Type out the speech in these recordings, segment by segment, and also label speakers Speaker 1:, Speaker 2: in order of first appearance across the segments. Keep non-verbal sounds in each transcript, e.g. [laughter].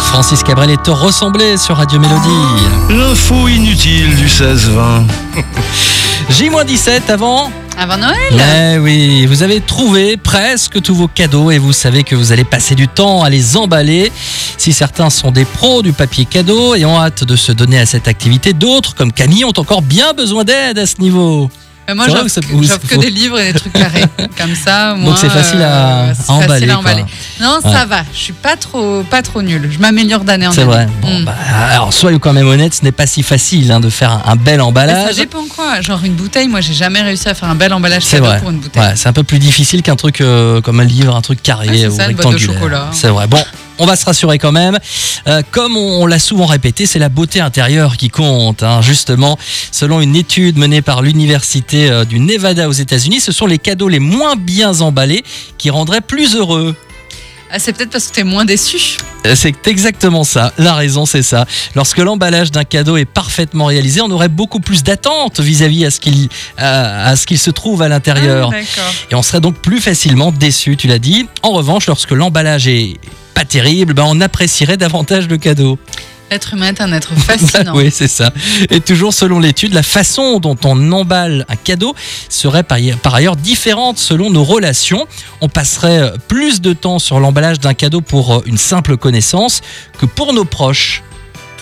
Speaker 1: Francis Cabrel et te ressembler sur Radio Mélodie.
Speaker 2: L'info inutile du 16-20.
Speaker 1: J-17 avant.
Speaker 3: Avant Noël
Speaker 1: Eh oui, vous avez trouvé presque tous vos cadeaux et vous savez que vous allez passer du temps à les emballer. Si certains sont des pros du papier cadeau et ont hâte de se donner à cette activité, d'autres, comme Camille, ont encore bien besoin d'aide à ce niveau.
Speaker 3: Euh, Moi,
Speaker 1: C'est vrai
Speaker 3: j'offre
Speaker 1: que ça-
Speaker 3: que,
Speaker 1: ou
Speaker 3: j'offre
Speaker 1: ça-
Speaker 3: que
Speaker 1: faut- [laughs]
Speaker 3: des livres et des trucs carrés. Comme ça, au moins,
Speaker 1: Donc c'est facile à,
Speaker 3: euh,
Speaker 1: à
Speaker 3: c'est facile
Speaker 1: emballer. quoi.
Speaker 3: Non, ça va. Je suis pas trop, pas trop nulle. Je m'améliore d'année en année.
Speaker 1: C'est vrai. Bon,
Speaker 3: Mm.
Speaker 1: bah, alors, soyons quand même honnêtes, ce n'est pas si facile hein, de faire un, un bel
Speaker 3: Mais ça
Speaker 1: emballage.
Speaker 3: dépend quoi. Genre une bouteille, moi j'ai jamais réussi à faire un bel emballage
Speaker 1: C'est
Speaker 3: cadeau
Speaker 1: vrai.
Speaker 3: pour une bouteille.
Speaker 1: Ouais, c'est un peu plus difficile qu'un truc euh, comme un livre, un truc carré
Speaker 3: Ouais, c'est
Speaker 1: ou
Speaker 3: ça, une boîte de chocolat.
Speaker 1: rectangulaire. C'est vrai. Bon, on va se rassurer quand même. Euh, comme on, on l'a souvent répété, c'est la beauté intérieure qui compte. hein. Justement, selon une étude menée par l'université euh, du Nevada aux États-Unis, ce sont les cadeaux les moins bien emballés qui rendraient plus heureux.
Speaker 3: Ah, c'est peut-être parce que t'es moins déçu.
Speaker 1: Euh, C'est exactement ça. La raison, c'est ça. Lorsque l'emballage d'un cadeau est parfaitement réalisé, on aurait beaucoup plus d'attentes vis-à-vis à ce qu'il à, à ce qu'il se trouve à l'intérieur.
Speaker 3: Ah, D'accord.
Speaker 1: Et on serait donc plus facilement déçu, tu l'as dit. En revanche, lorsque l'emballage est pas terrible, ben on apprécierait davantage le cadeau.
Speaker 3: L'être humain est un être fascinant.
Speaker 1: [laughs] oui, c'est ça. Et toujours selon l'étude, la façon dont on emballe un cadeau serait par ailleurs- par ailleurs différente selon nos relations. On passerait euh, plus de temps sur l'emballage d'un cadeau pour euh, une simple connaissance que pour nos proches.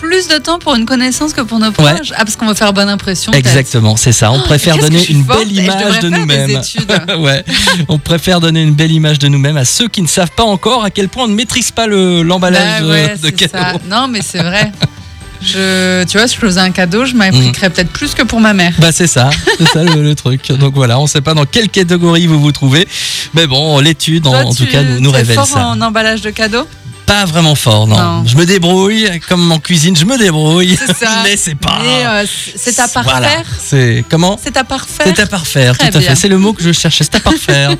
Speaker 3: Plus de temps pour une connaissance que pour nos proches. Ah, parce qu'on veut faire bonne impression. peut-être.
Speaker 1: Exactement, c'est ça. On préfère
Speaker 3: Oh, Qu'est-ce que je
Speaker 1: donner
Speaker 3: suis
Speaker 1: une
Speaker 3: forte
Speaker 1: belle
Speaker 3: et je
Speaker 1: image
Speaker 3: devrais
Speaker 1: de
Speaker 3: faire des
Speaker 1: nous-mêmes. [laughs]
Speaker 3: études.
Speaker 1: ouais, on préfère donner une belle image de nous-mêmes à ceux qui ne savent pas encore à quel point on ne maîtrise pas le- l'emballage
Speaker 3: Bah
Speaker 1: de-
Speaker 3: ouais,
Speaker 1: de,
Speaker 3: c'est
Speaker 1: cadeau.
Speaker 3: ça. Non, mais c'est vrai. Je, tu vois, si je faisais un cadeau, je
Speaker 1: Mm.
Speaker 3: m'impliquerais peut-être plus que pour ma mère.
Speaker 1: [laughs] Bah c'est ça, c'est ça le, le truc. Donc voilà, on ne sait pas dans quelle catégorie vous vous trouvez, mais bon, l'étude en,
Speaker 3: Toi,
Speaker 1: en tout
Speaker 3: tu-
Speaker 1: cas nous, nous
Speaker 3: t'es
Speaker 1: révèle
Speaker 3: fort
Speaker 1: ça.
Speaker 3: en emballage de cadeaux
Speaker 1: Pas vraiment fort, non.
Speaker 3: Non.
Speaker 1: Je me débrouille, comme en cuisine, je me débrouille. [laughs]
Speaker 3: C'est ça.
Speaker 1: mais c'est pas.
Speaker 3: Mais, euh, c'est- c'est à parfaire.
Speaker 1: Voilà. C'est comment
Speaker 3: C'est à parfaire.
Speaker 1: C'est à parfaire,
Speaker 3: Très
Speaker 1: tout à
Speaker 3: bien. [laughs]
Speaker 1: fait. C'est le mot que je cherchais, c'est à parfaire.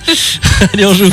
Speaker 1: Allez, on joue.